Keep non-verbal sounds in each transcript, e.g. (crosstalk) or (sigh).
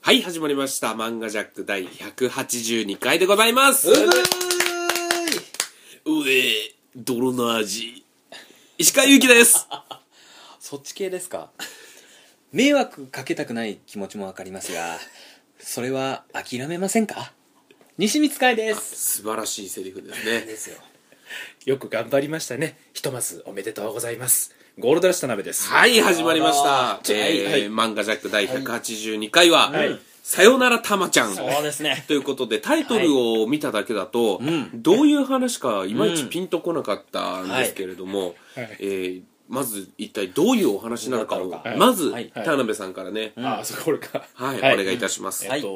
はい、始まりました。漫画ジャック第182回でございます。うぐーい上、泥の味。石川祐希です。そっち系ですか迷惑かけたくない気持ちもわかりますがそれは諦めませんか西光海です (laughs) 素晴らしいセリフですね。ですよよく頑張りましたねひとまずおめでとうございますゴールドラッシュ田辺ですはい、始まりましたあ。ーえーはい漫画ジャック第182回は、はいさよならたまちゃん。そうですねということで、タイトルを見ただけだと、んどういう話かいまいちピンとこなかったんですけれども、うんはいはいえーまず一体どういうお話なのかどうを、なったのかまず、はい田辺さんからね、ああそこれかはい、お願いいたします。えっと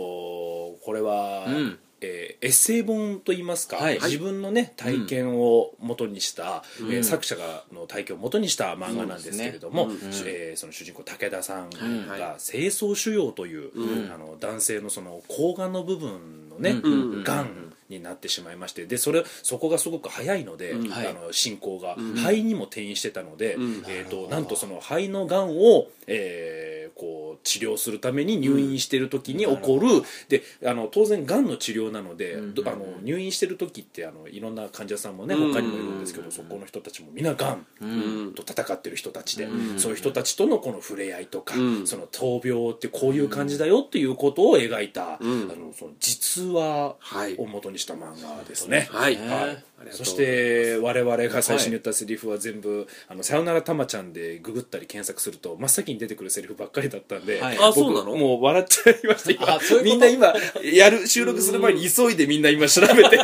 これは、んえーエッセイ本といいますか、はい自分のね体験を元にした、えー作者がの体験を元にした漫画なんですけれども、えーその主人公武田さんんはが清掃腫瘍という、あの男性のその睾丸の部分のね、うんがんになってしまいましてでそれそこがすごく早いので、うんあの進行が、肺にも転移してたので、うんえー、となんとその肺のがんを、えーこう治療するために入院してる時に起こる、であの当然がんの治療なので、どあの入院してる時ってあのいろんな患者さんもねうん他にもいるんですけど、そこの人たちも皆がんんと戦ってる人たちで、そういう人たちとのこの触れ合いとか、うんその闘病ってこういう感じだよっていうことを描いた、うんあのその実話はいを元にした漫画ですね。はい。ねはいあそし、て我々が最初に言ったセリフは全部「あのさよならたまちゃん」でググったり検索すると真っ先に出てくるセリフばっかりだったんで、はいあそうなのもう笑っちゃいました今あそういうことみんな今やる収録する前に急いでみんな今調べ (laughs) て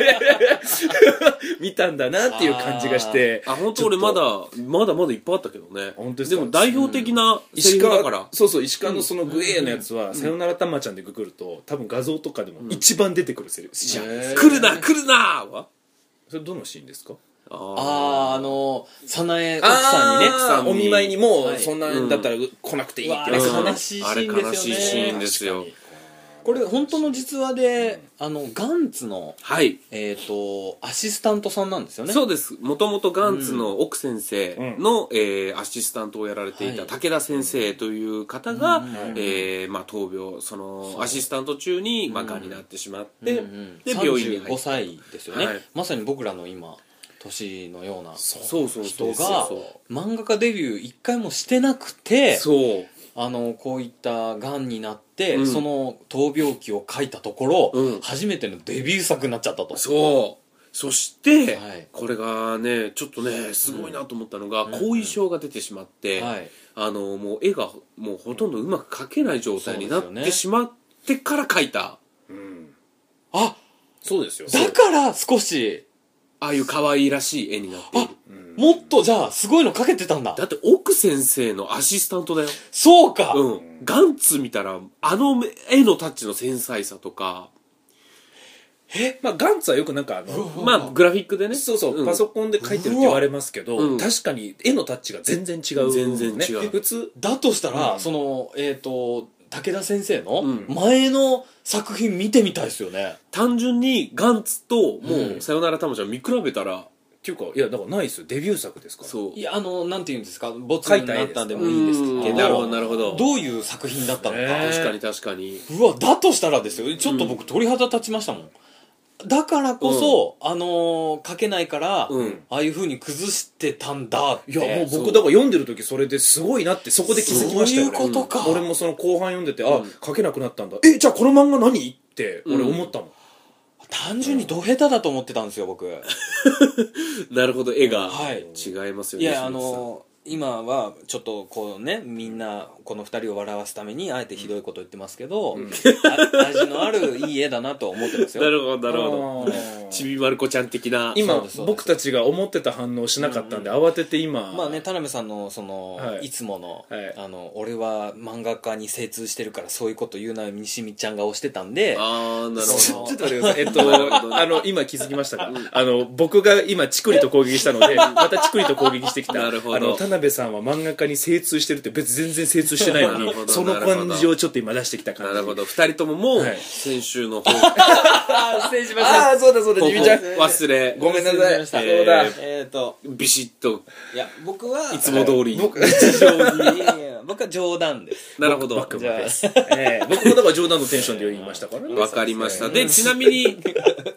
見たんだなっていう感じがしてあ本当俺ちょまっとだまだまだいっぱいあったけどね本当ですかも代表的なセ石リフだか川ら、そうそう石川のそのグエーのやつは「さよならたまちゃん」でググると多分画像とかでも一番出てくるセリフ、じゃあへー来るな来るなはそれどのシーンですかああーあの早苗奥さんにねあーさんにお見舞いにもはういそんなんだったら来なくていいってうね、わそーのね悲しいシーンですよねあれ悲しいシーンですよこれ本当の実話であのガンツのはい、えっ、とアシスタントさんなんですよねそうですもともとガンツの奥先生の、えーアシスタントをやられていたはい武田先生という方が、うんえーまあ、闘病そのアシスタント中にまあがんになってしまって、で,、うん、で病院に入っ35て歳ですよね、はいまさに僕らの今年のようなそうそうそ人うがそう漫画家デビュー一回もしてなくてそうあのこういったがんになって、うんその闘病記を書いたところ、うん初めてのデビュー作になっちゃったとそうそして、はいこれがねちょっとねすごいなと思ったのが、後遺症が出てしまって、はいあのもう絵がもうほとんどうまく描けない状態になっそうですよてねしまってから描いたうんあそうですよだから少しああいう可愛らしい絵になっているうんもっとじゃあすごいの書けてたんだだって奥先生のアシスタントだよそうか、うんガンツ見たらあの絵のタッチの繊細さとかまあ、ガンツはよくなんかあのうわまあグラフィックでねそうそう、んパソコンで描いてるって言われますけど、うん確かに絵のタッチが全然違う、全然違うね普通だとしたら、うんそのえっ、と武田先生のうん前の作品見てみたいですよね、単純にガンツともううんさよならたまちゃん見比べたら、っていうかいやだからないですよデビュー作ですからそういやあのなんて言うんですか没になったんでもいいんですうんけどなるほどなるほどどういう作品だったのか、ね確かに確かにうわだとしたらですよちょっと僕鳥肌立ちましたもん、だからこそ、あのー書けないから、うんああいうふうに崩してたんだっていやもうそう僕だから読んでる時それですごいなってそこで気づきましたよねそういうことか俺もその後半読んでてあ書けなくなったんだえじゃあこの漫画何って俺思ったもん、単純にど下手だと思ってたんですよ僕、なるほど絵がはい違いますよいねや清水あさんのー今はちょっとこうねみんなこの2人を笑わすためにあえてひどいこと言ってますけど、あ味のあるいい絵だなとは思ってます (laughs) よなるほどなるほどあーちびまる子ちゃん的なそう今ですそうです僕たちが思ってた反応しなかったんで、慌てて今まあね田辺さんのその、はいい、つもの,、はいあの「俺は漫画家に精通してるからそういうこと言うなよ」西見ちゃんが押してたんでああなる (laughs) ちほょどちょっと待ってくだ (laughs) さい。えっと、あの、今 (laughs) 気づきましたかあの、僕が今、チクリと攻撃したので、またチクリと攻撃してきた。なるほどあの、田辺さんは漫画家に精通してるって別に全然精通してないのなるにほどその感じをちょっと今出してきた感なじるほど二人とももうはい先週 (laughs) の方向ああ失礼しまああそうだそうだ方リミちゃん忘れごめんなさい失礼しましたえっとビシッといや僕は (laughs) いいつも通り僕日常にいやいや僕は冗談ですなるほどバックじゃあです、 (laughs) ええ (laughs) 僕もだから冗談のテンションで言いましたから (laughs) ねわかりました。 (laughs) で、ちなみに、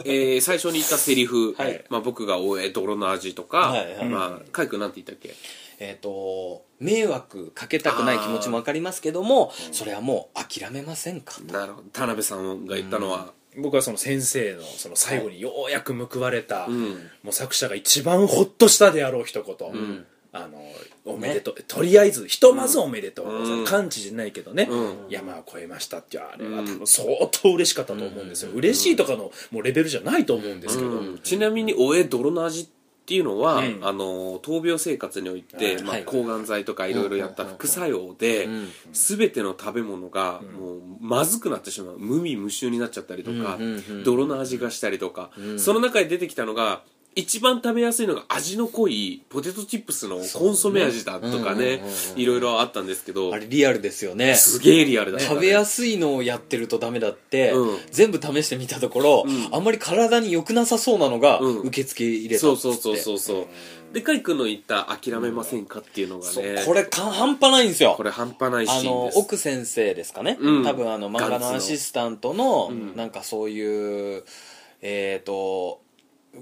えー最初に言ったセリフ、はいまあ僕が、おえ、泥の味とか、はいはいまあ、かいくんなんて言ったっけえっと迷惑かけたくない気持ちもわかりますけどもそれはもう諦めませんかなるほど。田辺さんが言ったのは、僕はその先生のその最後にようやく報われた、んもう作者が一番ほっとしたであろう一言、あのおめでとう、とりあえずひとまずおめでとう、んその完治じゃないけどね、う山を越えましたっていうあれは多分相当嬉しかったと思うんですよ、嬉しいとかのもうレベルじゃないと思うんですけど、うんちなみに、おえ、泥の味っていうのは、うんあの、闘病生活において、はいまあはい抗がん剤とかいろいろやった副作用で、すべての食べ物が、もう、まずくなってしまう。無味無臭になっちゃったりとかうんうんうんう、ん泥の味がしたりとか、その中で出てきたのが、一番食べやすいのが味の濃いポテトチップスのコンソメ味だとかねうんうんうんうんいろいろあったんですけどあれリアルですよねすげえリアルだったね食べやすいのをやってるとダメだって、うん全部試してみたところ、んあんまり体に良くなさそうなのが、うん受付入れたそっうつってそうそうそうそうでかいくんの言った「諦めませんか」っていうのがそうねこれか半端ないんですよこれ半端ないあシーンのです奥先生ですかね、うん多分あの漫ガ画ンツののアシスタントの、んなんかそういうえっ、と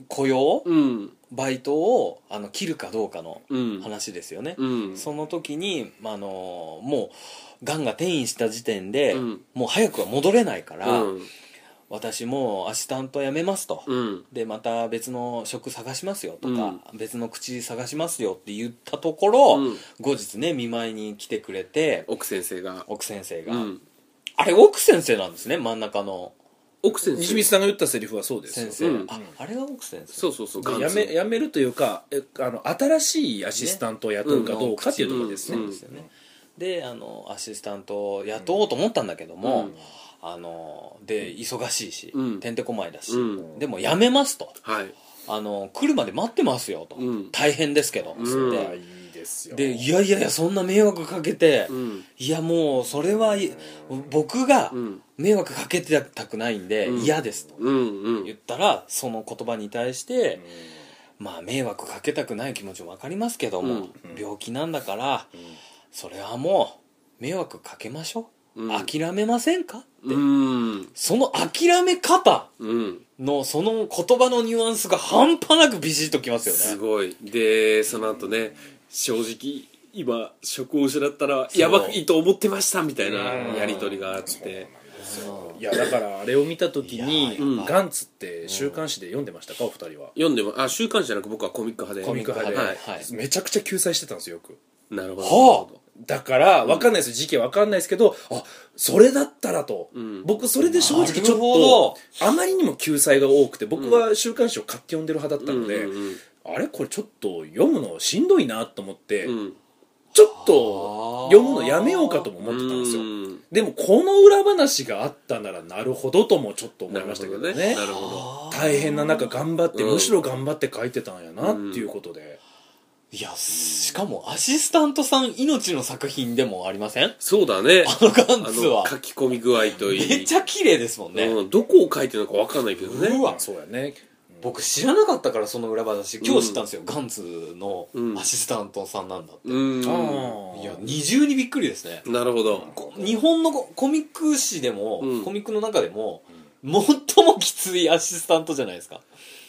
雇用、うんバイトをあの切るかどうかのうん話ですよね、うんその時に、まあ、あのもうがんが転移した時点で、うんもう早くは戻れないから、うん私もうアシスタント辞めますと、うんでまた別の職探しますよとか、う別の口探しますよって言ったところ、うん後日ね見舞いに来てくれて奥先生が奥先生が、うんあれ奥先生なんですね真ん中の奥先西光生さんが言ったセリフはそうですよ先生、うんああれが奥先生そうそうそうでガンやツめやめるというかえあの新しいアシスタントを雇うかどうかっていうところですね、うんそうですよねであのアシスタントを雇おうと思ったんだけどうも、んあので忙しいし、うんてんてこまいだし、うんでも辞めますとはいあの来るまで待ってますよと、うん大変ですけどつって、うんいやいいですよでいやいやいやそんな迷惑かけて、うんいやもうそれはい僕がうん迷惑かけてたくないんでうん嫌ですとうんう言っんたらその言葉に対してまあ迷惑かけたくない気持ちも分かりますけどもうん病気なんだからそれはもう迷惑かけましょううん諦めませんかうんその諦め方うんのその言葉のニュアンスが半端なくビシッときますよねすごいでその後ね正直今職を失ったらやばいと思ってましたみたいなうんやり取りがあっていやだからあれを見た時にいやーガンツって週刊誌で読んでましたかお二人は読んでもあ週刊誌じゃなく僕はコミック派でコミック派で、ははいめちゃくちゃ救済してたんですよよくいなるほどはあだからわかんないです時期わかんないですけどあそれだったらと、ん僕それで正直なちょるっほとあまりにも救済が多くて僕は週刊誌を買って読んでる派だったので、うんうんうんあれこれちょっと読むのしんどいなと思って、うんちょっと読むのやめようかとも思ってたんですようんでもこの裏話があったならなるほどともちょっと思ないるまほしたけどどねねなるほ大変な中頑張って、うんむしろ頑張って書いてたんやなっていうことで、いやしかもアシスタントさん命の作品でもありません (laughs) どそうだねあのガンツはあの書き込み具合といいめっちゃ綺麗ですもんね、うんどこを書いてるのかわかんないけどねうわまあそうやね僕知らなかったからその裏話今日知ったんですよ、ガンツのうんアシスタントさんなんだ、うんあいや二重にびっくりですねなるほどこ日本のココミック誌でも、うんコミックの中でも、最もきついアシスタントじゃないですか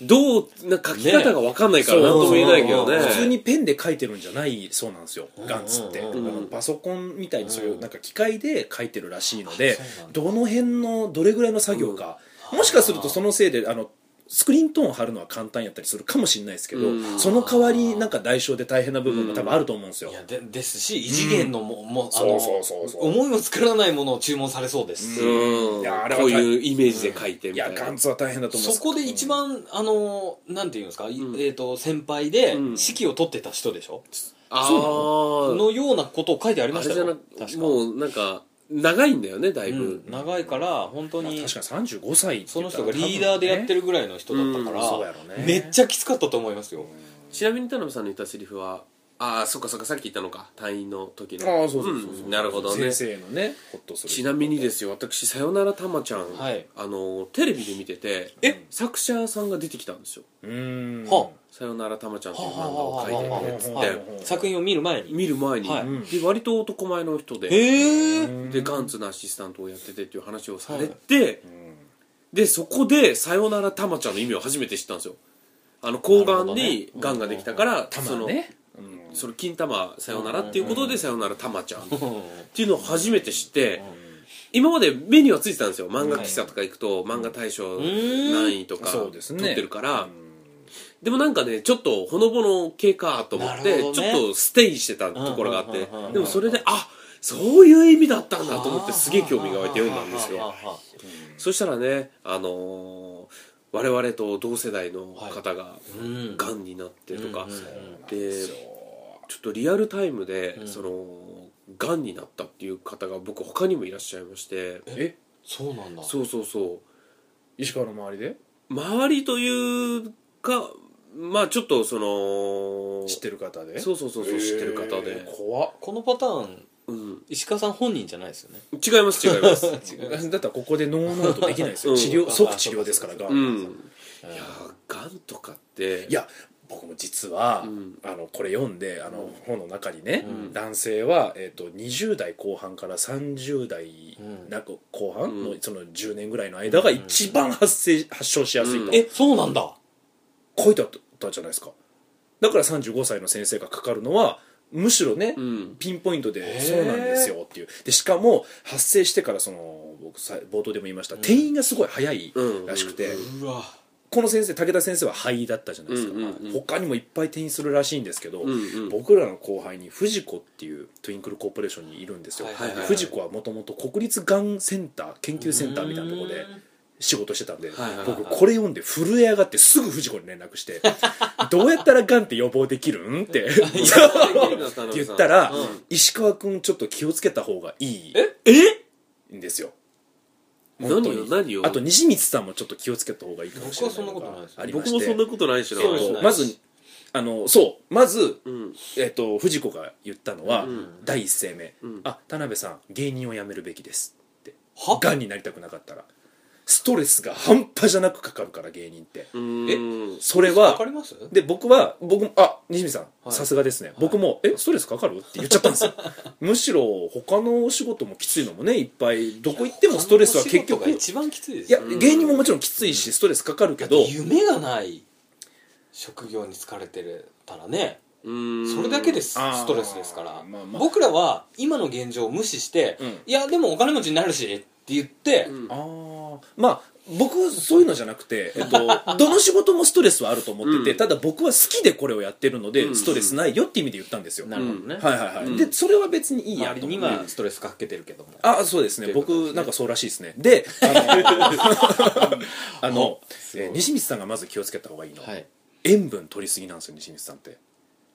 どうな書き方がわかんないからなんとも言えないけどねそう普通にペンで書いてるんじゃないそうなんですよガンツって、うんうんうんあのパソコンみたいにそういううんなんか機械で書いてるらしいのであそうなんだどの辺のどれぐらいの作業か、もしかするとそのせいであのスクリーントーン貼るのは簡単やったりするかもしれないですけど、うんその代わりなんか代償で大変な部分が多分あると思うんですよ、いやでですし異次元のも,、もうあそうのそうそうそう思いも作らないものを注文されそうですし、うんいやあれはこういうイメージで書いていみたやいなガンツは大変だと思いますそこで一番、あのなんていうんですか、いんえー、と先輩でうん指揮を取ってた人でしょ、あそうあのようなことを書いてありまあしれたじゃなよく確かもうなんか長いんだよねだいぶうん、長いから本当まあに確かに35歳ってそ言のったら人がリーダーでやってるるぐらいの人だったかうんそうやらろねめっちゃきつかったと思いますよちなみに田辺さんの言ったセリフはああそっかそっかさっき言ったのか退院の時のああそうそうそうそう、んなるほどね先生のねホッとするちなみにですよ私さよならたまちゃん、はいあのテレビで見ててえ作者さんが出てきたんですようーんは「さよならたまちゃん」っていう漫はあ画を描いてるねっつはあはあはあはっあてあ作品を見る前に見る前に、はいで割と男前の人で、へえでガンツのアシスタントをやっててっていう話をされて、でそこで「さよならたまちゃん」の意味を初めて知ったんですよあの睾なるほど丸ねにがんができたから、たそまのねその金玉さよならっていうことで「さよならたまちゃん」っうんていうのを初めて知って今まで目にはついてたんですよ漫画喫茶とか行くと漫画大賞何位とかそう取ですねってるからでもなんかねちょっとほのぼの系かと思っなてるほどちねょっとステイしてたところがあっうんてうんうんうんうんでもそれであそういう意味だったんだと思ってすげえ興味が湧いて読んだんですよはあはあはあはそしたらね、あのー我々と同世代の方があうんがんになってとか、うんうんでちょっとリアルタイムで、そのがんになったっていう方が僕他にもいらっしゃいましてえそうなんだそうそうそ石川の周りでう周りというかまあちょっとその知ってる方でそうそうそうそう知ってる方でえー怖っこのパターンうん、石川さん本人じゃないですよね違います (laughs) (laughs) 違います違だったらここでノーノーとできないですよ、うん治療即治療ですからがん、うんいやがんとかっていや僕も実は、うんあのこれ読んであの、本の中にね、うん男性は、えー、と20代後半から30代うんなんか後半の,、うんその10年ぐらいの間が一番発生発症しやすいと、うんえそうなんだ書いてあったじゃないですかだから35歳の先生がかかるのはむしろね、うんピンポイントでへーそうなんですよっていうでしかも発生してからその僕さ冒頭でも言いました、転院がすごい早いらしくて、うんうわこの先生武田先生は肺だったじゃないですか、うんうんうん他にもいっぱい転院するらしいんですけど、うんうん僕らの後輩に藤子っていうトゥインクルコーポレーションにいるんですよ、はいはいはい藤子はもともと国立がんセンター研究センターみたいなところで仕事してたんで、はいはいはい僕これ読んで震え上がってすぐ藤子に連 (laughs) 絡して「どうやったらがんって予防できるん?」ってって言ったら、うん石川君ちょっと気をつけた方がいいえんですよ本何当よに何よあと西光さんもちょっと気をつけた方がいいかもしれないの僕はそんなことないですがありま僕してもそんなことないしなそうえっですとねまずあのそうまず、うんえっと藤子が言ったのは、うん第一声目、うんあ田辺さん芸人を辞めるべきです」ってはがんになりたくなかったらストレスが半端じゃなくかかるから芸人って、うーんそれわはかりますで僕は僕もあ西見さはいんさすがですね、僕も「えストレスかかる?」って言っちゃったんで (laughs) すよむしろ他のお仕事もきついのもねいっぱいどこ行ってもストレスは他の結仕事局がい一番きついですよや芸人ももちろんきついしストレスかかるけど、だって夢がない職業に疲れてるたらねうーんそれだけですあーストレスですから、まあまあ僕らは今の現状を無視して、うんいやでもお金持ちになるしって言って、うんあーまあ僕そういうのじゃなくて、えっと、 (laughs) どの仕事もストレスはあると思ってて、うんただ僕は好きでこれをやってるので、うんストレスないよって意味で言ったんですよ、なるほどね、はいはいはい、うんでそれは別にいいや周とり思にってはストレスかけてるけどもあそうですねということです僕ねなんかそうらしいですねで (laughs) あのあのごいえー西光さんがまず気をつけた方がいいの、はい塩分取りすぎなんですよ西光さんって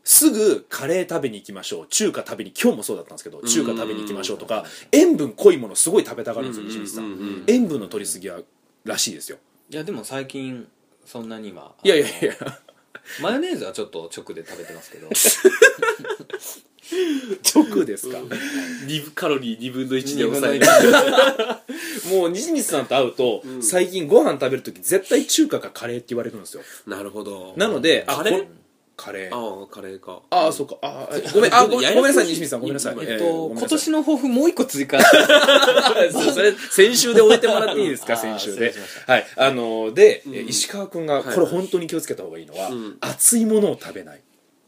すぐカレー食べに行きましょう中華食べに今日もそうだったんですけど中華食べに行きましょうとか塩分濃いものすごい食べたがるんですよ西光さうんうんうんうんん塩分の取りすぎはらしいですよいやでも最近そんなに今あのいやいやいやマヨネーズはちょっと直で食べてますけ (laughs) ど直ですか二分カロリー2分の1で抑える2もう西光さんと会うと最近ご飯食べる時絶対中華かカレーって言われるんですよなるほどなのであカレーこカレーああカレーかああ、そうか。ああ、ごめん、あごめん、ごめんなさい、西ややこしい光さん、ごめんなさい。えっえーごとめん今なさい年の抱負もう一個追 (laughs) 加 (laughs) そうそれ、先週で終えてもらって (laughs) いいですあか、ー先週失礼でしまし。はい。あのー、で、んえ石川くんが、はいこれ本当に気をつけた方がいいのはうん、熱いものを食べない。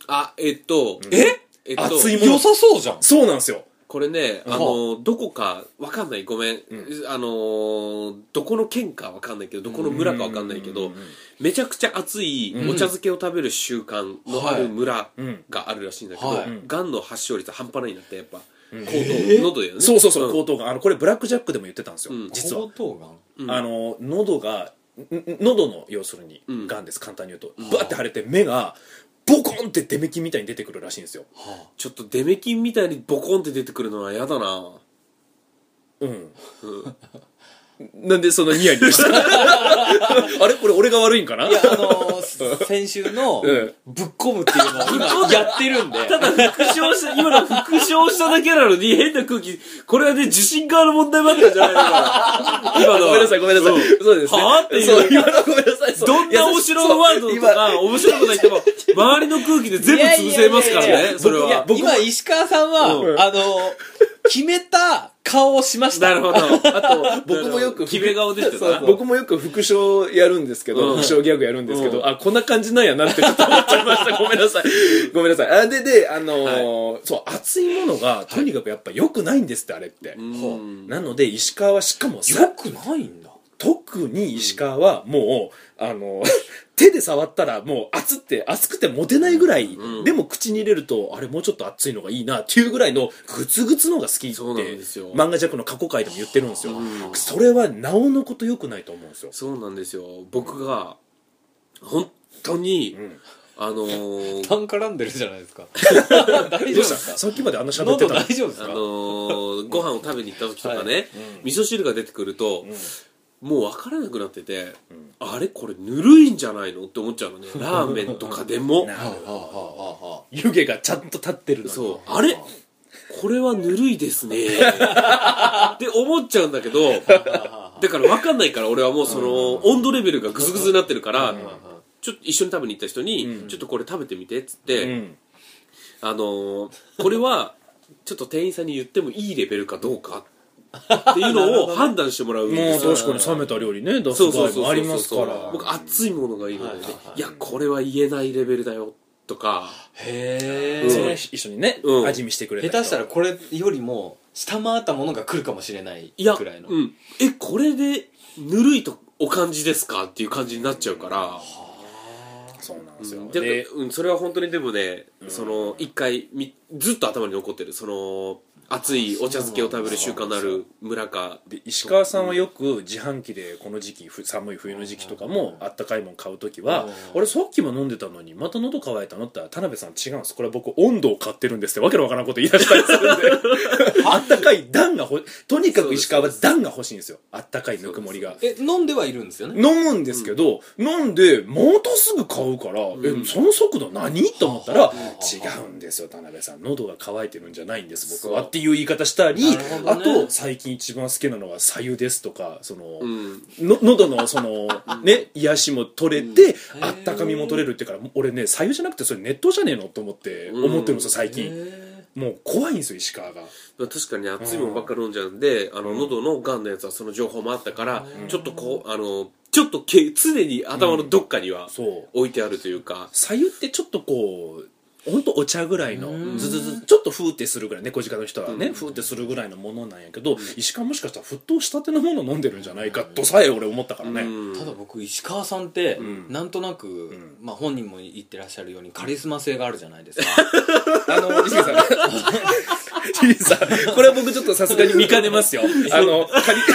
あえっとええっと熱いも良の。さそうじゃんそうなんですよ。これねあのどこかわかんないごめんあのどこの県かわかんないけどどこの村かわかんないけうどんめちゃくちゃ熱いお茶漬けを食べる習慣のある村があるらしいんだけはどいがんの発症率半端ないんだってやっぱ喉ー喉だよねそうそうそう、ん喉が。あの、これ、ブラックジャックでも言ってたんですようん、実は喉。頭がんうんあのー、喉が、んん喉の、要するにう、ん癌です、簡単に言うと。バーって腫れて、目が、ボコンってデメキンみたいに出てくるらしいんですよ。はちょっとデメキンみたいにボコンって出てくるのは嫌だなうん。なんでそんなニヤニヤした (laughs) あれこれ俺が悪いんかないや、あの (laughs) ー、先週の、うんぶっ込むっていうのを今やってるんで。ただ復唱した、 (laughs) 今の復唱しただけなのに変な空気、これはね、自信側の問題もあったんじゃないのかな。 (laughs) 今のはごめんなさいごめんなさい、うそうですねはぁっていうそう今のごめんなさいそうどんな面白いワードとか、面白いこと言っても、周りの空気で全部潰せますかいやいやいらやいね、やそれいやは。今、石川さんは、うんあのー、決めた顔をしました。 (laughs) なるほど。あと、僕もよく決め顔でしたそうなそう。僕もよく副賞やるんですけど、うん副賞ギャグやるんですけど、うんあこんな感じなんやなってちょっと思っちゃいま (laughs) したごめんなさいごめんなさいあでであのーそう熱いものがとにかくやっぱ良くないんですってあれって、うんなので石川はしかもさよくないんだ。特に石川はもう、あの (laughs) 手で触ったらもう熱って熱くて持てないぐらい、うんでも口に入れるとあれもうちょっと熱いのがいいなっていうぐらいのグツグツのが好きってそうなんですよ漫画ジャックの過去回でも言ってるんですよ、うんそれはなおのこと良くないと思うんですよ、そうなんですよ。僕が、本当に、うんあのー痰絡んでるじゃない (laughs) ですか。大丈夫どでうしたすかさっきまであんな喋って喉たの大丈夫ですあかのーご飯を食べに行った時とかね、うん味噌汁が出てくると、もう分からなくなってて、んあれこれぬるいんじゃないのって思っちゃうのねラーメンとかでもなああああああ湯気がちゃんと立ってるのにそうあれこれはぬるいです (laughs) ねって思っちゃうんだけどだから分かんないから俺はもうその温度レベルがグズグズになってるからちょっと一緒に食べに行った人に、うんちょっとこれ食べてみてっつっうて、んあのーこれはちょっと店員さんに言ってもいいレベルかどうかっていう (laughs) のを判断してもらうんもでうすよ確かに冷めた料理ね出すそう場そう合そうそうもありますから僕熱いものがいいので、ねはいはいはいいやこれは言えないレベルだよとかへうんそれえ一緒にね、うん味見してくれ下人手したらこれよりも下回ったものが来るかもしれないいやくらいのうん、えこれでぬるいとお感じですかっていう感じになっちゃうから、そうなんでうすよ、んででうん、それは本当にでもね、その一回みずっと頭に残ってるその熱いお茶漬けを食べる習慣のある村かで石川さんはよく自販機でこの時期ふ寒い冬の時期とかもあったかいもん買う時はうん「あれさっきも飲んでたのにまた喉乾いたの?」って言ったら「田辺さん違うんですこれは僕温度を買ってるんです」ってわけのわからんこと言い出したりするん (laughs) であったかい暖がほとにかく石川は暖が欲しいんですよあったかいぬくもりが。え飲んではいるんですよね飲むんですけど、飲んでまたすぐ買うから、えその速度何と思ったら、違うんですよ田辺さん喉が渇いてるんじゃないんです僕はそうっていう言い方したり、なるほどあねと最近一番好きなのは「さゆ」ですとかその、うんの喉のそのね癒しも取れて、あったかみも取れるってから俺ねさゆじゃなくてそれ熱湯じゃねえのと思ってうん思ってるんですよ最近、へもう怖いんですよ石川が確かに熱いもんばっか飲んじゃうんで、あの喉のがんのやつはその情報もあったから、ちょっとこうあのちょっとけ常に頭のどっかにはそう置いてあるというか、さゆってちょっとこうほんとお茶ぐらいのうんずずずちょっとふーってするぐらい猫舌の人はね、ふーってするぐらいのものなんやけど、石川もしかしたら沸騰したてのもの飲んでるんじゃないかとさえ俺思ったからね、うんーただ僕石川さんってんなんとなくんまあ本人も言ってらっしゃるようにカリスマ性があるじゃないですかあの、リスケさん。 (laughs) リスケさん、これは僕ちょっとさすがに見かねますよ。あの、カリ、 (laughs)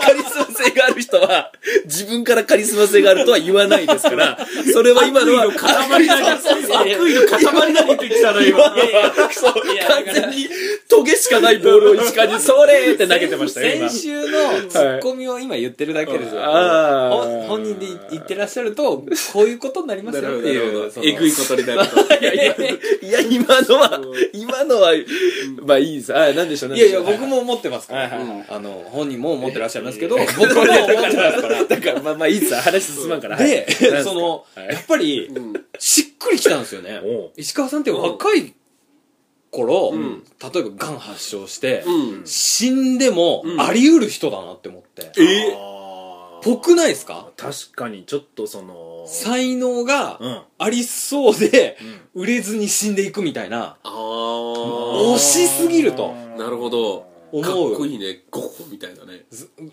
カリスマ性がある人は、自分からカリスマ性があるとは言わないですから、それは今のは、悪意の塊だけ悪意の塊だけってきた (laughs) な今いやいや (laughs) そう完全に、トゲしかないボールを石川に、それーって投げてましたよ、今先。週のツッコミを今言ってるだけですよあーほ本人で言ってらっしゃるとこういうことになりますよっていうそのえぐいことになると (laughs) いやいや、いや、今のは、 (laughs) 今のは、まあいいです。あ、なんでしょう、なんいでやいしょやう。僕も思ってますから、はいはいはいあの本人も思ってらっしゃいますけど、僕も思って (laughs) ますから (laughs) だから、まあまあいいです。話進まんから。はいでなんです (laughs) かその、はいやっぱりうんしっくりきたんですよねおう石川さんって若い頃、ん例えばがん発症して、うん死んでもうんあり得る人だなって思って、えぽくないですか確かにちょっとその才能がうんありそうで、売れずに死んでいくみたいなあ惜ーしすぎるとなるほど思うかっこいいねゴッホみたいなね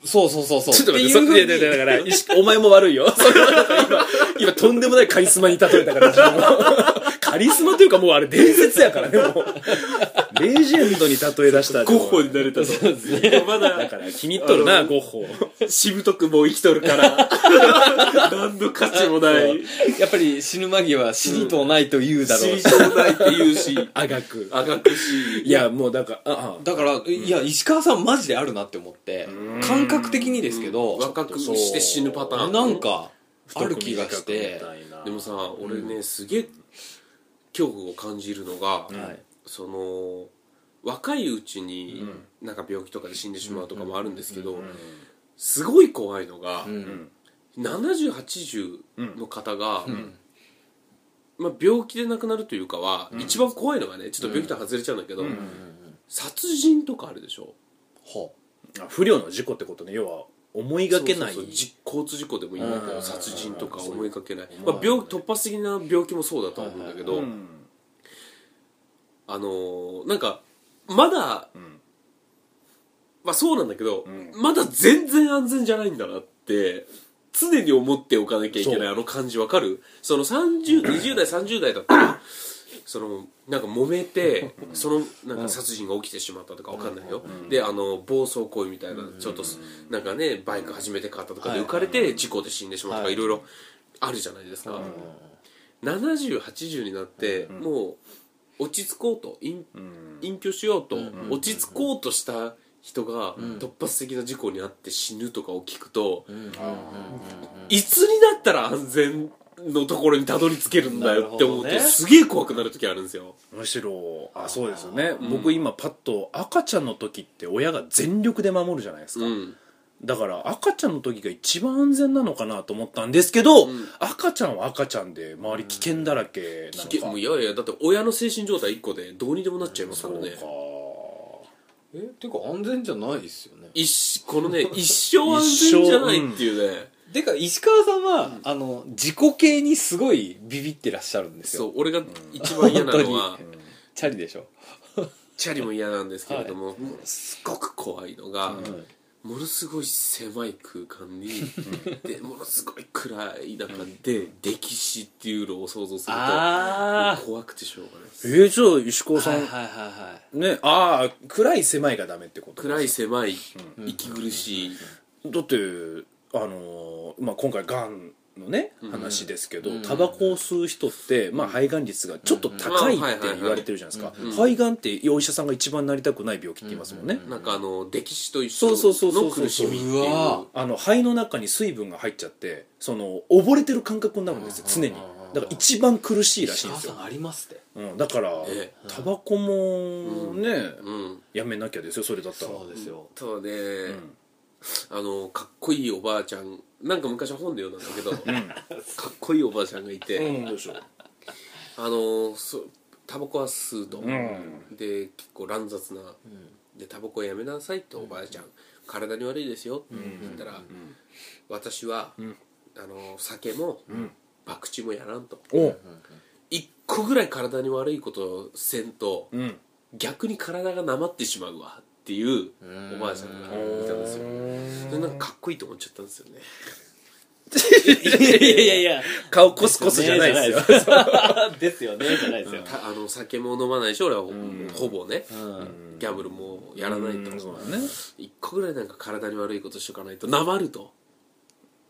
そうそうそうそうちょっと待っていってうふうにそいやいやいやだ (laughs) から石お前も悪いよそれはだから今今とんでもないカリスマに例えたから自分もカリスマというかもうあれ伝説やからねもうレジェンドに例え出したゴッホになれたとでもまだだから気に入っとるなあのゴッホしぶとくもう生きとるから (laughs) 何の価値もないやっぱり死ぬ間際死にとうないと言うだろうし、死にとうないって言うしあがくあがくしいやもうだからああだから、いや石川さんマジであるなって思って感覚的にですけど、若くして死ぬパターンなんかある気がしてでもさ俺ねすげえ恐怖を感じるのが、はいその若いうちになんか病気とかで死んでしまうとかもあるんですけどすごい怖いのが、うん7080の方が、まあ、病気で亡くなるというかは、一番怖いのがねちょっと病気とは外れちゃうんだけど、殺人とかあるでしょほあ不良の事故ってことね要は思いがけないそうそうそうじ交通事故でもいいんだけど殺人とか思いがけない、んまあ、病突発的な病気もそうだと思うんだけど、うんあのーなんかまだ、んまあそうなんだけど、んまだ全然安全じゃないんだなって常に思っておかなきゃいけそなういあの感じわかるその30 20代30代だったらそのなんか揉めてそのなんか殺人が起きてしまったとかわかんないよ、であの暴走行為みたいな、ちょっとなんかねバイク始めて買ったとかで浮かれて事故で死んでしまうとか、はいいろいろあるじゃないですか、7080になって、もう落ち着こうと隠隠居しようと、落ち着こうとした人が突発的な事故にあって死ぬとかを聞くと、いつになったら安全のところにたどり着けるんだよって思うと、なるほどねすげえ怖くなる時あるんですよむしろあそうですよね、僕今パッと赤ちゃんの時って親が全力で守るじゃないですか、うんだから赤ちゃんの時が一番安全なのかなと思ったんですけど、ん赤ちゃんは赤ちゃんで周り危険だらけなのか、聞けもういやいやだって親の精神状態1個でどうにでもなっちゃいますそからうかねえてか安全じゃないですよね一このね一生安全じゃないっていうね、てか石川さんは、あの自己系にすごいビビってらっしゃるんですそよう俺が一番嫌なのは本当にチャリでしょチャリも嫌なんですけれども、もうすごく怖いのが、んものすごい狭い空間に、でものすごい暗い中で歴史っていうのを想像するとあもう怖くてしょうがないですえー、じゃあ石川さん、はいはいはいはいねああ暗い狭いがダメってこと暗い狭い息苦しい、だってあのーまあ、今回がんのねん話ですけど、うんタバコを吸う人って、まあ、肺がん率がちょっと高いっうんて言われてるじゃないですか、うん肺がんってお医者さんが一番なりたくない病気って言いますもんね、なんかあの歴史と一緒そうそうそうそうの苦しみってういうわあの肺の中に水分が入っちゃってその溺れてる感覚になるんですよ常にだから一番苦しいらしいんで石すよ川さんありますってうん、だからええタバコもね、うんやめなきゃですよそれだったらそうですよ、ただね、あのかっこいいおばあちゃんなんか昔本で読んだんだけど、かっこいいおばあちゃんがいて、うんどうでしょうあのそタバコは吸うと、んで結構乱雑な、でタバコやめなさいっておばあちゃん、体に悪いですよって言ったら、私は、あの酒も、博打もやらんとお一個ぐらい体に悪いことをせんと、うん逆に体がなまってしまうわっていうおばあちゃんがいたんですよそれなんかかっこいいと思っちゃったんですよねいやいやいや顔コスコスじゃないですよですよですよねじゃないですよたあの酒も飲まないし俺はほほぼね、んギャンブルもやらないと、うんそうだね一個ぐらいなんか体に悪いことしとかないとなまると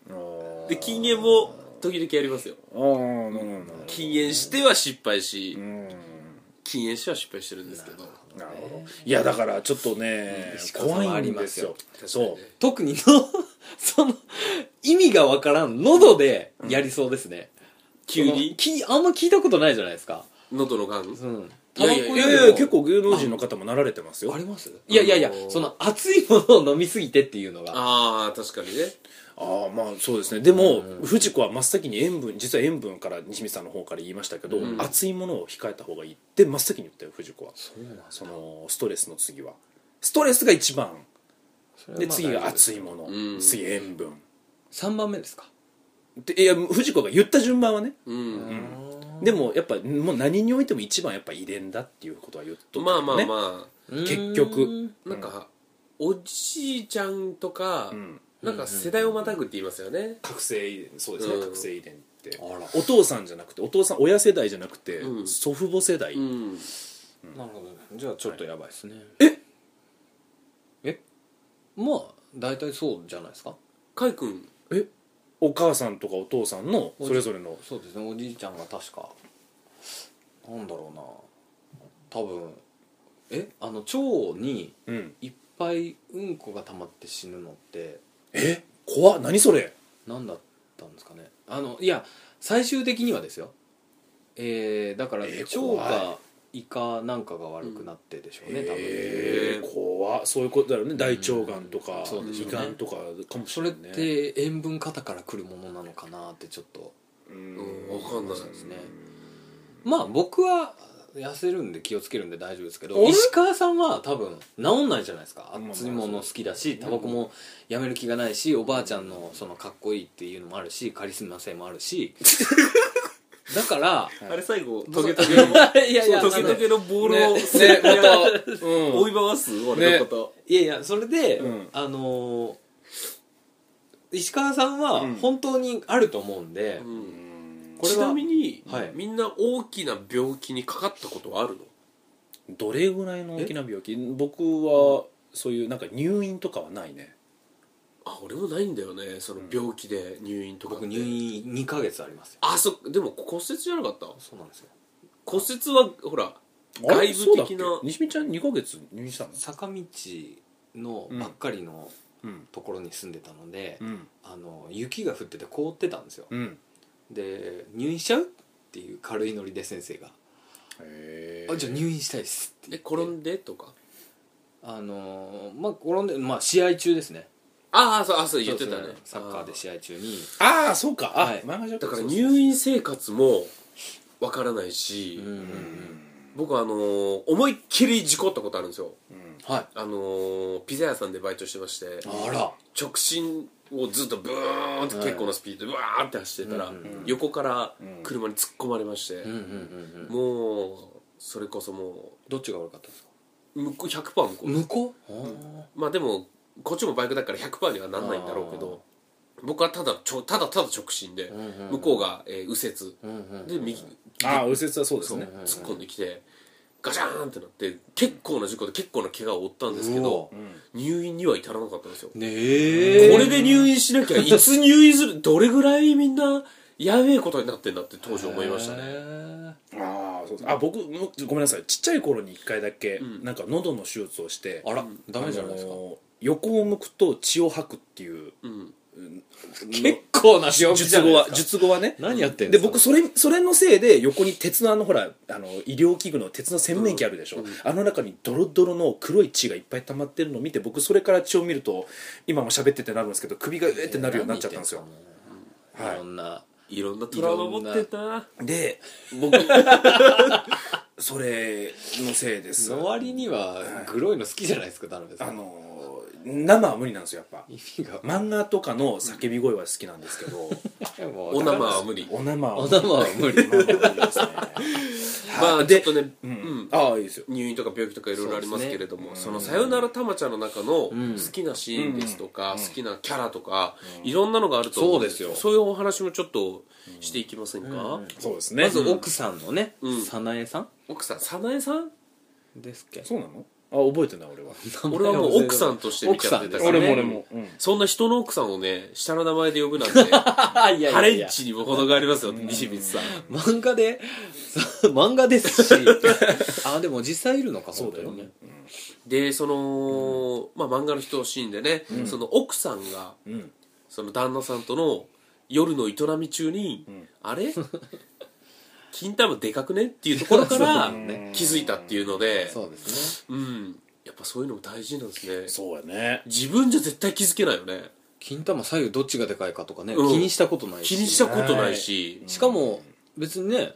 あーで禁煙も時々やりますよあーなるほどなるほど禁煙しては失敗しうん禁煙しては失敗してるんですけどなるほどいやだからちょっとね石川さんは怖あいりんまですすよよ確そかにね特にのその意味がわからん喉でやりそうですね、急にそのきあんま聞いたことないじゃないですか喉のがんうんいやいやうそいうやいや結構芸能人の方もなられてますよありますいやいやいや、あのーその熱いものを飲みすぎてっていうのがああ確かにねああまあそうですねでも、藤子は真っ先に塩分実は塩分から西見さんの方から言いましたけど、うん熱いものを控えた方がいいって真っ先に言ったよ藤子はそのストレスの次はストレスが一番で次が熱いもの、うん次塩分3番目ですかでいや藤子が言った順番はねうん、でもやっぱもう何においても一番やっぱ遺伝だっていうことは言っとったまあよまあねま結局あなんか、おじいちゃんとか、うんなんか世代をまたぐって言いますよね、覚醒遺伝そうですね、うん覚醒遺伝っててあらお父さんじゃなくてお父さん親世代じゃなくて、うん祖父母世代、うんなるほどじゃあちょっとやばいですね、ええまあ大体そうじゃないですかかいくんえお母さんとかお父さんのそれぞれのそうですねおじいちゃんが確かなんだろうな多分えあの腸にうんいっぱいうんこが溜まって死ぬのってえ怖っ何それ何だったんですかねあのいや最終的にはですよえー、だからえー腸怖か胃かなんかが悪くなってでしょうね、多分、えー、怖っそういうことだろうね大腸がんとか、うんそうでしょ胃うねがんとかかもしそれれっない、ね、て塩分過多から来るものなのかなってちょっとうんうんわかんないですねまあ僕は痩せるんで気をつけるんで大丈夫ですけどあれ石川さんは多分治んないじゃないですかまあまあ熱いもの好きだしタバコもやめる気がないしおばあちゃんのそのかっこいいっていうのもあるしカリスマ性もあるしだからあれ最後そトうゲトゲの (laughs) いやいやトゲトゲのボールをねすりながらうん追い回す俺のこといやいやそれで、うんあのー石川さんはうん本当にあると思うんで、うんこれはちなみにはいみんな大きな病気にかかったことはあるのどれぐらいの大きな病気僕はそういうなんか入院とかはないねあ俺もないんだよねその病気で入院とかって僕入院2ヶ月ありますよあそっでも骨折じゃなかったそうなんですよ骨折はほらあれ外部的なそうだっけ西見ちゃん2ヶ月入院したの坂道のばっかりのうんところに住んでたので、うんあの雪が降ってて凍ってたんですよ、うんで入院しちゃうっていう軽いノリで先生が「へあじゃあ入院したいです」ってえ言って転んでとかあのーまあ転んでまあ試合中ですねああそうあそう言ってたそうねですサッカーで試合中にああそうかあ、はい前々だからそうそう入院生活もわからないし、うんうんうん僕はあのー思いっきり事故ったことあるんですようんはいあのーピザ屋さんでバイトしてましてあら直進をずっとブーンって結構なスピードでわーって走ってたら、うんうんうん横から車に突っ込まれまして、うんうんうんうんもうそれこそもどっちが悪かったんですかう向こう100%向こう、向こう、まあでもこっちもバイクだから100%にはなんないんだろうけど僕はただちょただただ直進で、向こうが、えー右折うんうんうんうんで右ああ右折はそうですそうね突っ込んできてガシャーンってなって結構な事故で結構な怪我を負ったんですけどう、ん入院には至らなかったんですよ、ねえこれで入院しなきゃいつ入院するどれぐらいみんなやべえことになってんだって当時思いましたねねああそうそうあ僕もごめんなさいちっちゃい頃に一回だけ、んなんか喉の手術をしてあらダメじゃないですか、あのー横を向くと血を吐くっていううん結構な仕置きじ術ゃない語ではすか術語はね何やってんですか僕それそれのせいで横に鉄のあのほらあの医療器具の鉄の洗面器あるでしょ、あの中にドロドロの黒い血がいっぱい溜まってるのを見て僕それから血を見ると今も喋っててなるんですけど首がうえってなるようになっちゃったんですよ、何言ってんすかもうはいいろろんないんなトラウマ持ってたなで僕 (laughs) それのせいですの割にはグロいの好きじゃないですか田辺さあんの生は無理なんですよやっぱ意味が漫画とかの叫び声は好きなんですけど、お生は無理お生はお生は無理無理ですね (laughs) まあちょっとね、うう、んんああいいですよ入院とか病気とかいろいろありますけれどもそ,、そうでの「すねさよならたまちゃん」の中のん好きなシーンですとか、うん好きなキャラとか、いろんなのがあると思んそうですよそういうお話もちょっとしていきませんか、そうですねまず奥さんのねうん早苗さん奥さん早苗さんですっけそうなのあ覚えてない俺は俺はもう奥さんとして見ちゃってたからね奥さんですねうんそんな人の奥さんをね下の名前で呼ぶなんてあいやいハやいレやンチにも程がありますよ西光さん漫画でそう漫画です (laughs) しあでも実際いるのかそ本う当だよにねねでその、まあ、漫画の人シーンでね、その奥さんがうんその旦那さんとの夜の営み中に、んあれ (laughs) 金玉でかくねっていうところから (laughs) そうね気づいたっていうのでそうですうねんやっぱそういうのも大事なんですねそうやね自分じゃ絶対気づけないよね金玉左右どっちがでかいかとかね気うんにしたことない気にしたことないし、しかも別にね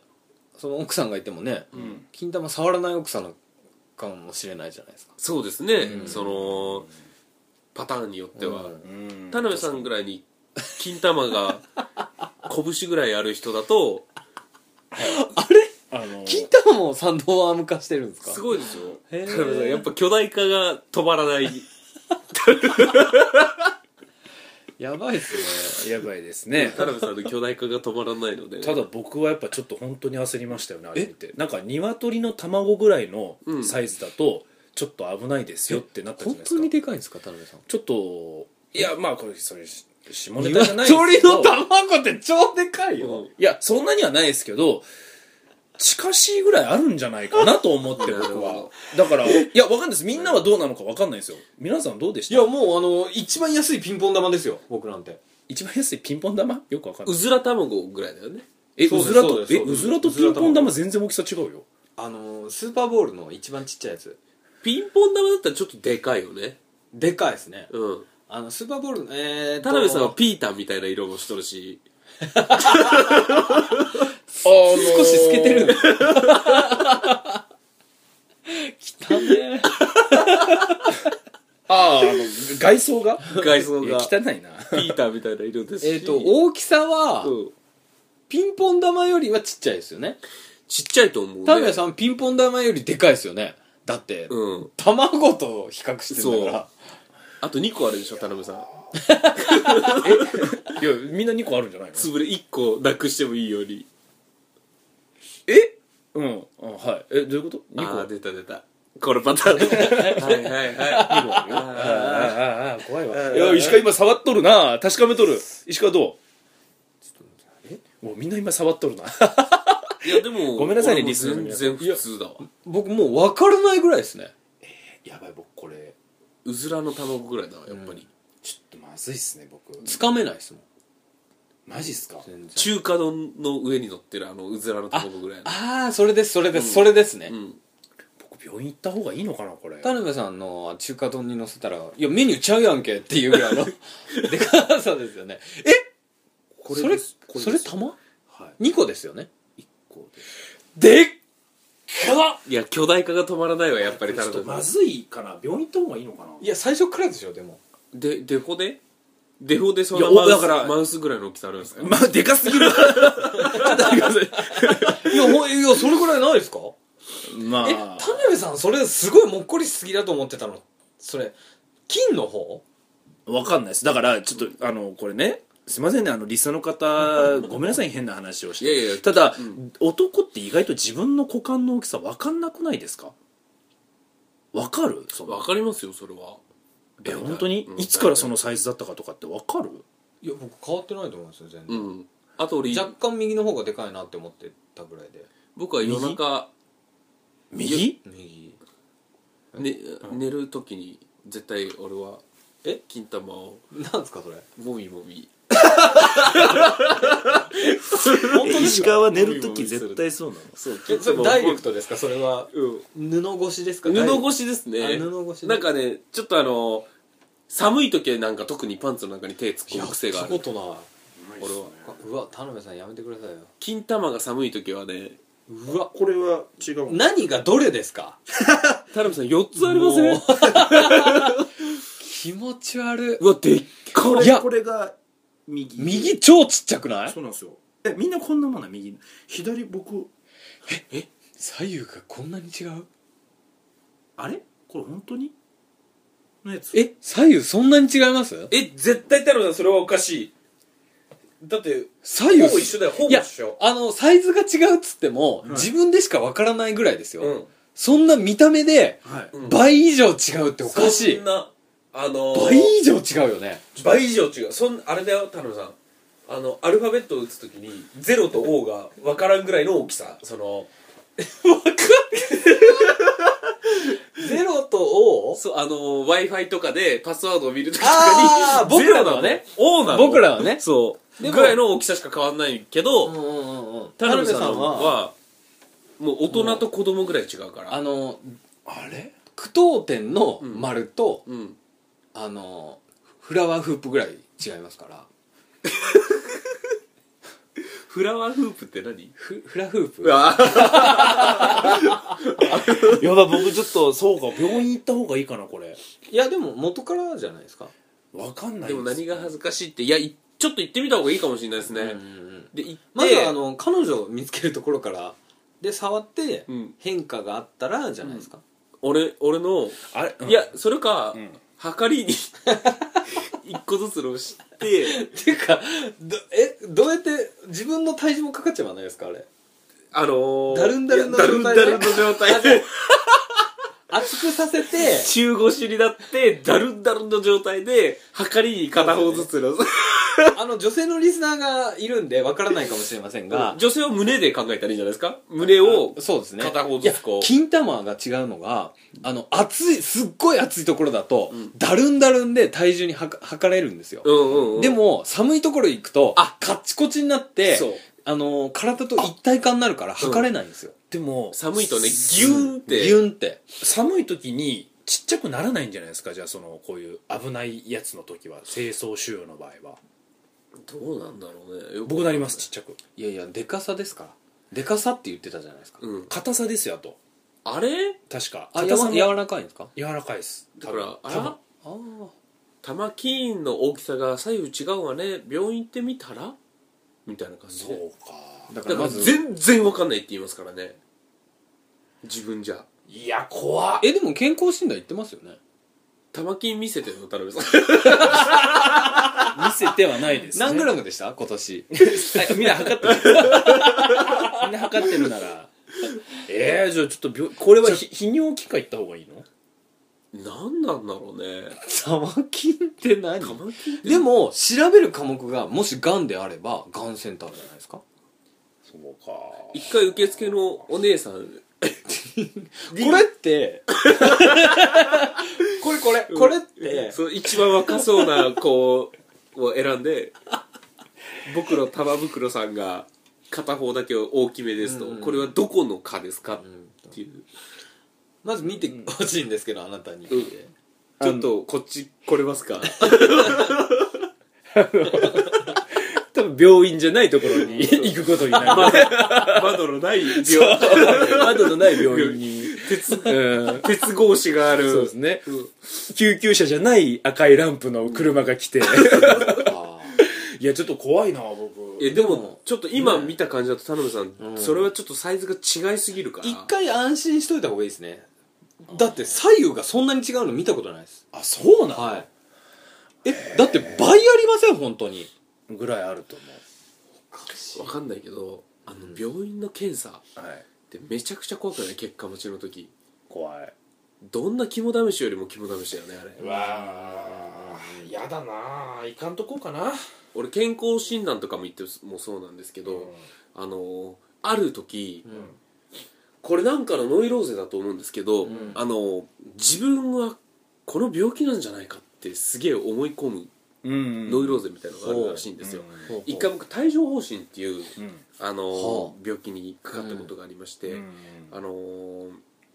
その奥さんがいてもね、金玉触らない奥さんかもしれないじゃないですかそうですね、そのパターンによっては、うんうん田辺さんぐらいに金玉 (laughs) が拳ぐらいある人だとあの金玉も賛同はアーム化してるんですかすごいですよ田へー辺さんやっぱ巨大化が止まらないやばいっすねやばいですね田辺さんの巨大化が止まらないのでただ僕はやっぱちょっと本当に焦りましたよねあれ見てなんか鶏の卵ぐらいのサイズだとちょっと危ないですよってなったじ本ゃないです当かにでかいんですか田辺さんちょっといやまあこれそれ下ネタじゃないですけど鶏の卵って超でかいよ、いやそんなにはないですけど近しいぐらいあるんじゃないかなと思ってなる僕ほはどだからいやわかんないですみんなはどうなのかわかんないですよ皆さんどうでしいたやもうあの一番安いピンポン玉ですよ僕なんて一番安いピンポン玉よくわかんなういずら卵ぐらいだよねえうそうですずらとそうですえそううですずらとうずらピン卵ポン玉全然大きさ違うよあのスーパーボールの一番ちっちゃいやつピンポン玉だったらちょっとでかいよねでかいですねうんあのスーパーボールのえーと田辺さんはピーターみたいな色もしとるし少し透けてるきたねあああの外装が外装がいや汚いなピーターみたいな色ですしえっと大きさはうんピンポン玉よりはちっちゃいですよねちっちゃいと思うね田辺さんピンポン玉よりでかいですよねだって、うん卵と比較してるんだかあと2個あるでしょ田辺さんいやみんな2個あるんじゃないの潰れ1個なくしてもいいようにえうんあはいえどういうことあ ?2 個ー出た出たこのパターン (laughs) はいはいはいあああああ怖いわうんいや石川今触っとるな確かめとる石川どうもうみんな今触っとるないやでもごめんなさ俺いねもリスナーの皆さん全然普通だわら僕もう分からないぐらいですね (laughs) やばい僕これうずらの卵ぐらいだわやっぱり、ちょっとまずいっすね僕つかめないですもんマジっすか全然中華丼の上に乗ってるあのうずらの卵ぐらいのああそれですそれです、それですね、うん僕病院行った方がいいのかなこれ田辺さんの中華丼に乗せたらいやメニューちゃうやんけっていうぐ (laughs) らいのでかさですよねえこそれですこそでれす玉はい ?2 個ですよね一個ででっかいや巨大化が止まらないわやっぱりち田ょっと辺まさずいかな病院行った方がいいのかないや最初からでしょでもんでデフォでデフォでそんないやマおウスだからマウスぐらいの大きさあるんですかまあでかすぎ (laughs) るちょっと待ってくださいやほんいやそれぐらいないですかいまえあ田辺さんそれすごいもっこりしすぎだと思ってたのそれ金の方わかんないですだからちょっとあのこれねすいませんねあのリスナーの方ごめんなさい変な話をしていやいやただ、男って意外と自分の股間の大きさわかんなくないですかわかるそのわかりますよそれはえ本当に、うんいつからそのサイズだったかとかってわかるいや僕変わってないと思いますよ全う然、んあと俺若干右の方がでかいなって思ってたぐらいで僕は夜中、右右ね、寝る時に絶対俺はえ金玉をなんですかそれもみもみ (laughs) 本当です石か川は寝る時絶対そうなのそうえそれダイレクトですかそれはうん布越しですか布越しですねあ布越しねなんかねちょっとあの寒い時はなんか特にパンツの中に手い突っ込やむ癖があ聞るいたことない俺はうわ田辺さんやめてくださいよ金玉が寒い時はねうわこれは違う何がどれですか田辺さん4つありません、もう (laughs) 気持ち悪いうわでっかいやれが右右超ちっちゃくないうなんですよえみんなこんなもんな右左僕左右がこんなに違うあれこれ本当にのやつえ左右そんなに違いますえ絶対田辺さんそれはおかしいだって左右ほぼ一緒だよほぼいや一緒あのサイズが違うっつっても、い自分でしかわからないぐらいですよ、うんそんな見た目ではいうん倍以上違うっておかしいそんなあのー倍以上違うよね倍以上違うそんあれだよ田辺さんあのアルファベットを打つ時に0と O が分からんぐらいの大きさそのゼロと O? そうあの w i f i とかでパスワードを見るときとかあーに僕らのはね O なの僕らはねそうでもぐらいの大きさしか変わんないけうど、んうんうんうん田辺さんはもう大人と子供ぐらい違うからあののあれ句読点の丸と、うんあのフラワーフープぐらい違いますからフラワーフープって何フフラフープわやば僕ちょっとそうか病院行った方がいいかなこれいやでも元からじゃないですかわかんないでも何がず恥ずかしいっていやいちょっと行ってみた方がいいかもしれないですね、うんうんうんで行ってまずはあの彼女を見つけるところからで触ってうん変化があったらじゃないですか、俺俺のあれいや、それか、うんはかりに一個ずつのしってていうかどえどうやって自分の体重もかかっちゃわないですかあれあのー、だるんだるんのいやだるんだるんの状態で熱くさせ (laughs) て中腰になってだるんだるんの状態で測りに片方ずつの、あの女性のリスナーがいるんでわからないかもしれませんが、女性は胸で考えたらいいんじゃないですか胸をそうですね片方ずつこういや金玉が違うのがあの熱いすっごい熱いところだと、だるんだるんで体重にはか測れるんですよ、うんうんうんでも寒いところ行くとあカッチコチになってそうあの体と一体化になるから測れないんですよ、でも寒いとねギューンってギュンって寒い時にちっちゃくならないんじゃないですかじゃあそのこういう危ないやつの時は清掃腫瘍の場合はどうなんだろうねよく僕なりますちっちゃくいやいやでかさですからでかさって言ってたじゃないですか、うん硬さですよあとあれ確かあ硬やさわも柔らかいんですか柔らかいですだからあ多分らああ玉金の大きさが左右違うわね病院行ってみたらみたいな感じそでうかだかだらからまず全然わかんないって言いますからね自分じゃいや怖っえでも健康診断行ってますよね玉金見せてよ田辺さん (laughs) 見せてはないですね何グラムでした今 (laughs) 年はいみんな測 (laughs) ってるみんな測ってるならえー、じゃあちょっと病これはひ泌尿器科行った方がいいの何なんだろうね玉金って何玉金ってでも調べる科目がもしがんであればがんセンターじゃないですかそうか一回受付のお姉さんこれって (laughs) これこれこれってそう一番若そうな子を選ん (laughs) で僕の玉袋さんが片方だけ大きめですと、うんうんこれはどこの科ですかっていう、まず見てほしいんですけどあなたにうんちょっとこっち来れます (laughs) か多分病院じゃないところに行くことになる、窓のない病窓のない病 (laughs) 院 (laughs) に鉄うん鉄格子があるそうですねうん救急車じゃない赤いランプの車が来てあ (laughs) いやちょっと怖いな僕いやでもちょっと今見た感じだと田辺さん、うんそれはちょっとサイズが違いすぎるから一回安心しといた方がいいですねだって左右がそんなに違うの見たことないですあそうなの、はいえだって倍ありません本当にぐらいあると思わかんないけどあの病院の検査うはいってめちゃくちゃ怖くない結果持ちの時怖いどんな肝試しよりも肝試しだよねあれわーやだなーいかんとこうかな俺健康診断とかも言ってもそうなんですけど、あのーある時、これなんかのノイローゼだと思うんですけど、んあのー自分はこの病気なんじゃないかってすげえ思い込むうんノイローゼみたいなのがあるらしいんですよ、うん一回僕帯状疱疹っていう、うんあのーは病気にかかったことがありまして、うんあのー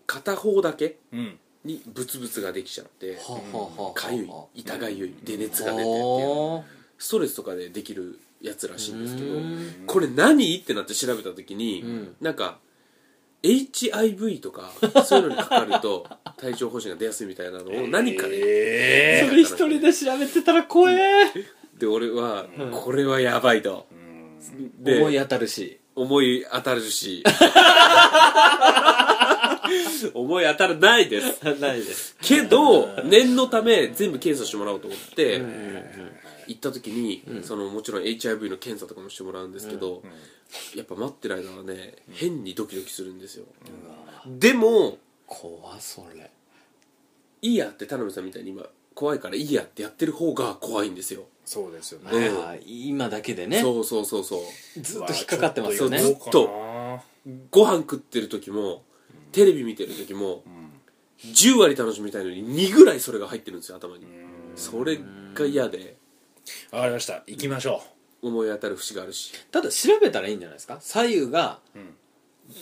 片方だけうんにブツブツができちゃってはあはあはあかゆい痛がゆいで熱が出てっていうはストレスとかでできるやつらしいんですけど、うんこれ何ってなって調べた時に、うんなんか HIV とかそういうのにかかる (laughs) と体調方疹が出やすいみたいなのを何かで、えそれ一人で調べてたら怖えで俺は、これはやばいとーうんで思い当たるし思い当たるし (laughs) 思い当たらないですないですけど念のため全部検査してもらおうと思って、行った時に、そのもちろん HIV の検査とかもしてもらうんですけど、やっぱ待ってる間はね変にドキドキするんですよ、でも怖それいいやって田辺さんみたいに今怖いからいいやってやってる方が怖いんですよ、そうですよねうんまあ今だけでねそうそうそうそうずっと引っかかってますよねそうずっとご飯食ってる時もテレビ見てる時も、10割楽しみたいのに2ぐらいそれが入ってるんですよ頭にそれが嫌でわかりました行きましょ思い当たる節があるし、ただ調べたらいいんじゃないですか左右が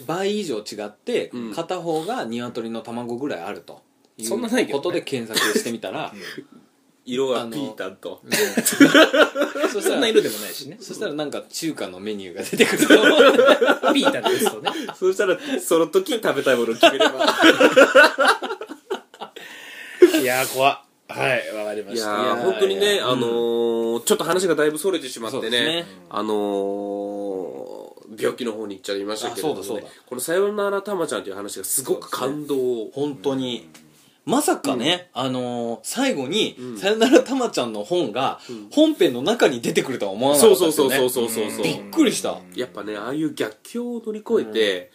倍以上違ってうん片方が鶏の卵ぐらいあるといそんなないけうどことねで検索してみたら色あはのピータンとそしうそたんなら色でもないしねそしたらなんか中華のメニューが出てくると思うピータンですとね (laughs) そしたらその時に食 (laughs) べたいものを決めればいやー怖っはいわかりまいしやたーいやー本当にね、いやあのーちょっと話がだいぶそれてしまってそねうですねあのー病気の方に行っちゃいましたけれども、ね、あそうだそうだこの「さよならたまちゃん」という話がすごく感動を本当にまさかね、あのー最後に、うんさよならたまちゃんの本が、うん本編の中に出てくるとは思わなかそっうたそでうすよそうそうそね。うそうびっくりしたやっぱねああいう逆境を乗り越えて、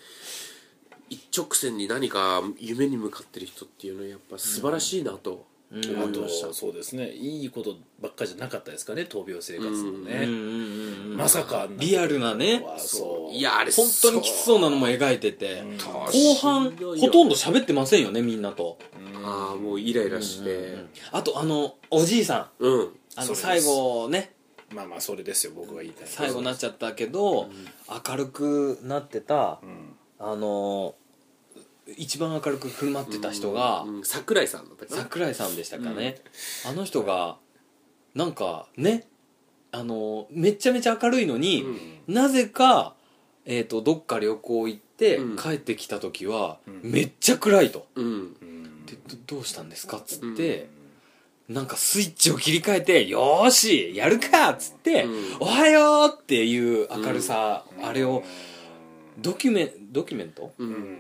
一直線に何か夢に向かってる人っていうのはやっぱ素晴らしいなと思うんいました、あとそうですねいいことばっかりじゃなかったですかね闘病生活もね、うんうんうんうんまさかあんなリアルなねわあそういやあれ本当にきつそうなのも描いてて、うん後半ほとんど喋ってませんよねみんなと、ああもうイライラしてうんあとあのおじいさんうん、あそのうです最後ねまあまあそれですよ僕が言いたいのは最後なっちゃったけど、明るくなってたうんあの一番明るく振る舞ってた人が、うん桜井さんだったかな桜井さんでしたかね、あの人がなんかねあのめちゃめちゃ明るいのに、なぜか、えー、とどっか旅行行って、うん帰ってきた時は、うんめっちゃ暗いとうんうんでどどうしたんですかっつって、なんかスイッチを切り替えて「よーしやるか!」っつって「うんおはよう!」っていう明るさ、あれをドキュメンドキュメントううんん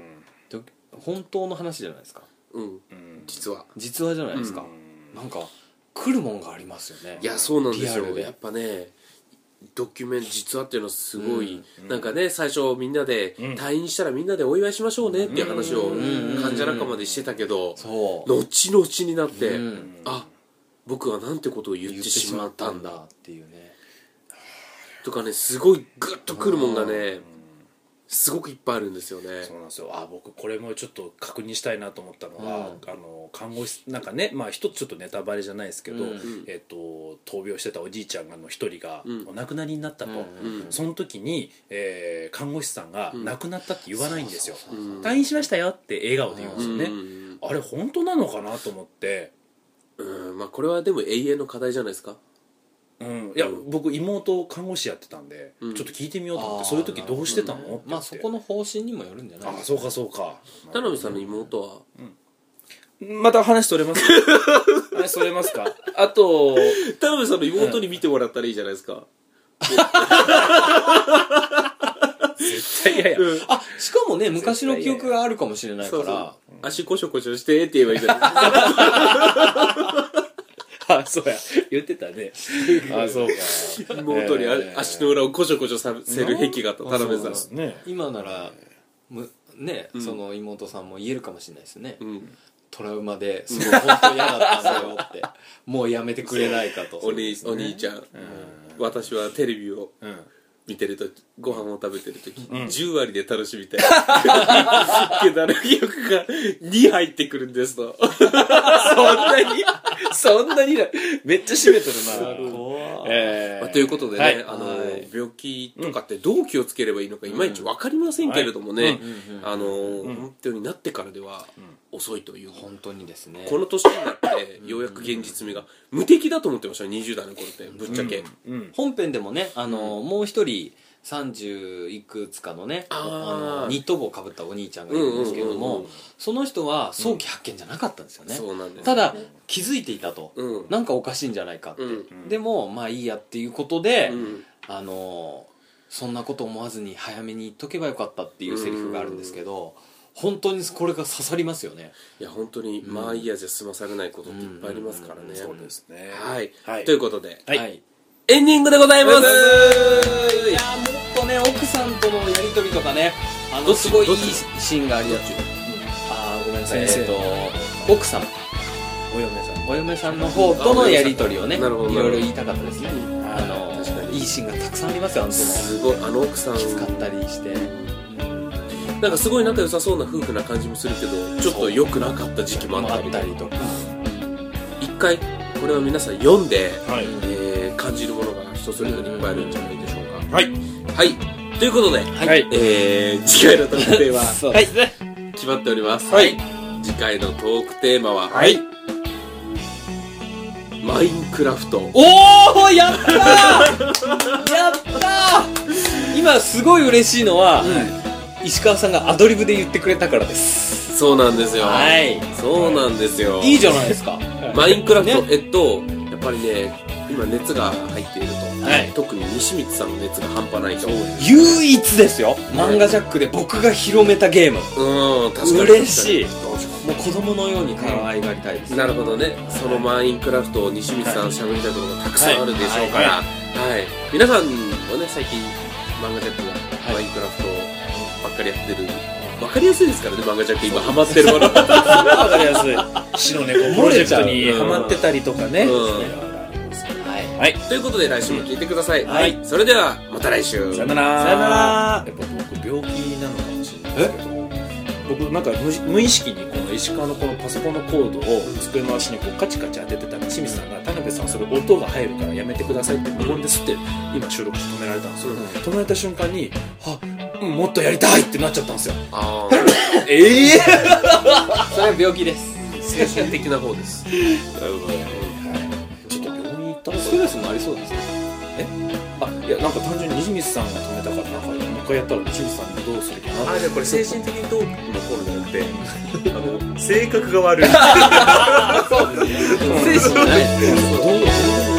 ドキ本当の話じゃないですかうんうん実は実話じゃないですか、うんなんか来るもんがありますよねいやそうなんですリアルよでやっぱねドキュメント実話っていうのはすごい、うんなんかね最初みんなで、うん退院したらみんなでお祝いしましょうねっていう話をうん患者仲間でしてたけど、そう後々になって、うんあ僕はなんてことを言ってしまったんだっていうねとかねすごいグッとくるもんがねすごくいっぱいあるんですよねそうなんですよあ僕これもちょっと確認したいなと思ったのうがんあの看護師なんかねまあ一つちょっとネタバレじゃないですけどうんえっと闘病してたおじいちゃんがの一人がうんお亡くなりになったとうんうんその時にえー看護師さんがうん亡くなったって言わないんですよそうそうそう退院しましたよって笑顔で言うんですようねんあれ本当なのかなと思ってうんまあこれはでも永遠の課題じゃないですかうんいやうん僕妹看護師やってたんでちうょんっと聞いてみようと思っあーてそういう時どうしてたのって言ってまあそこの方針にもよるんじゃないあーそうかそうか田辺さんの妹はまた話取れます (laughs) 話取れますかあと田辺さんの妹に見てもらったらいいじゃないですか、絶対嫌やうんあしかもね昔の記憶があるかもしれないかそうそらう足コショコショしてって言えばいい (laughs) じゃないですかあそうや言ってたねあそうか妹にあ足の裏をコショコショさせる癖があった田辺さんそうなんですね今ならむね、んその妹さんも言えるかもしれないですね、うんトラウマですごい本当嫌だったんだよ (laughs) ってもうやめてくれないかとお兄お兄ちゃん、私はテレビをうん見てるときご飯を食べてるとき、ん10割で楽しみたいけどあの記憶が2入ってくるんですと (laughs) そんなにそんなにないめっちゃ締めてるな怖いえまあということでね、はいあのはい病気とかってどう気をつければいいのかいまいち分かりませんけれどもね、はいうんうんあのん本当になってからでは遅いというか、本当にですねこの年になってようやく現実味が無敵だと思ってましたね20代の頃ってぶっちゃけ、うん本編でもねあの、もう一人30いくつかのねあーのニット帽かぶったお兄ちゃんがいるんですけれども、うんうんうんうんその人は早期発見じゃなかったんですよね、そうなんですただ気づいていたと、うんなんかおかしいんじゃないかって、うんでもまあいいやっていうことで、うんあのそんなこと思わずに早めに言っとけばよかったっていうセリフがあるんですけど、本当にこれが刺さりますよねいや本当にんまあいいやじゃ済まされないことっていっぱいありますからね、そうですねはい、はいということではいエンディングでございますいやもっとね奥さんとのやり取りとかねあのすごいいいシーンがありやすあーごめんなさいえっ先生と奥さんお嫁さんお嫁さんの方とのやり取りをねいあなるほろどいろ言いたかったですねはいあの確かにいいシーンがたくさんありますよあの子すごいあの奥さんもきつかったりしてなんかすごい仲良さそうな夫婦な感じもするけどちょっと良くなかった時期もあったあみったたいりとか一回これを皆さん読んで、はいえー感じるものが人それぞれいっぱいあるんじゃないでしょうかはいはいということで、はいえー、次回のトークテーマ (laughs) そうですね決まっております、はい次回のトークテーマは、はいマインクラフトおおやったーやったー今すごい嬉しいのは、石川さんがアドリブで言ってくれたからですそうなんですよ、はいそうなんですよいいじゃないですかマインクラフト、ねえっとやっぱりね今熱が入っていると、はい特に西光さんの熱が半端ないと唯一ですよ漫画ジャックで僕が広めたゲームうん確かに嬉しい確かにもう子供のように可愛がりたいです、なるほどね、そのマインクラフトを西光さんしゃべりたいことがたくさんあるでしょうから、はい皆さんもね最近漫画ジャックがマインクラフトばっかりやってる、わかりやすいですからね漫画ジャック今ハマってるものわかりやすい死の猫プロジェクトにハマってたりとかね、はいはいということで来週も聞いてください、はいそれではまた来週さよならさよならやっぱ僕病気なのかもしれないですけど僕なんか無意無意識にこの石川のこのパソコンのコードを机の足にこうカチカチ当ててたら清水さんが田辺さんそれ音が入るからやめてくださいって無言ですって今収録止められたんですよ、うん止められた瞬間にあうんもっとやりたいってなっちゃったんですよあええそれは病気ですー精神的な方ですちょっと病院行った方がストレスもありそうですねあいやなんか単純に西光さんが止めたからなんかもう一回やったら西光さんどうするかなあじゃあこれ精神的にどうの頃じゃなくて性格が悪いそうですねどう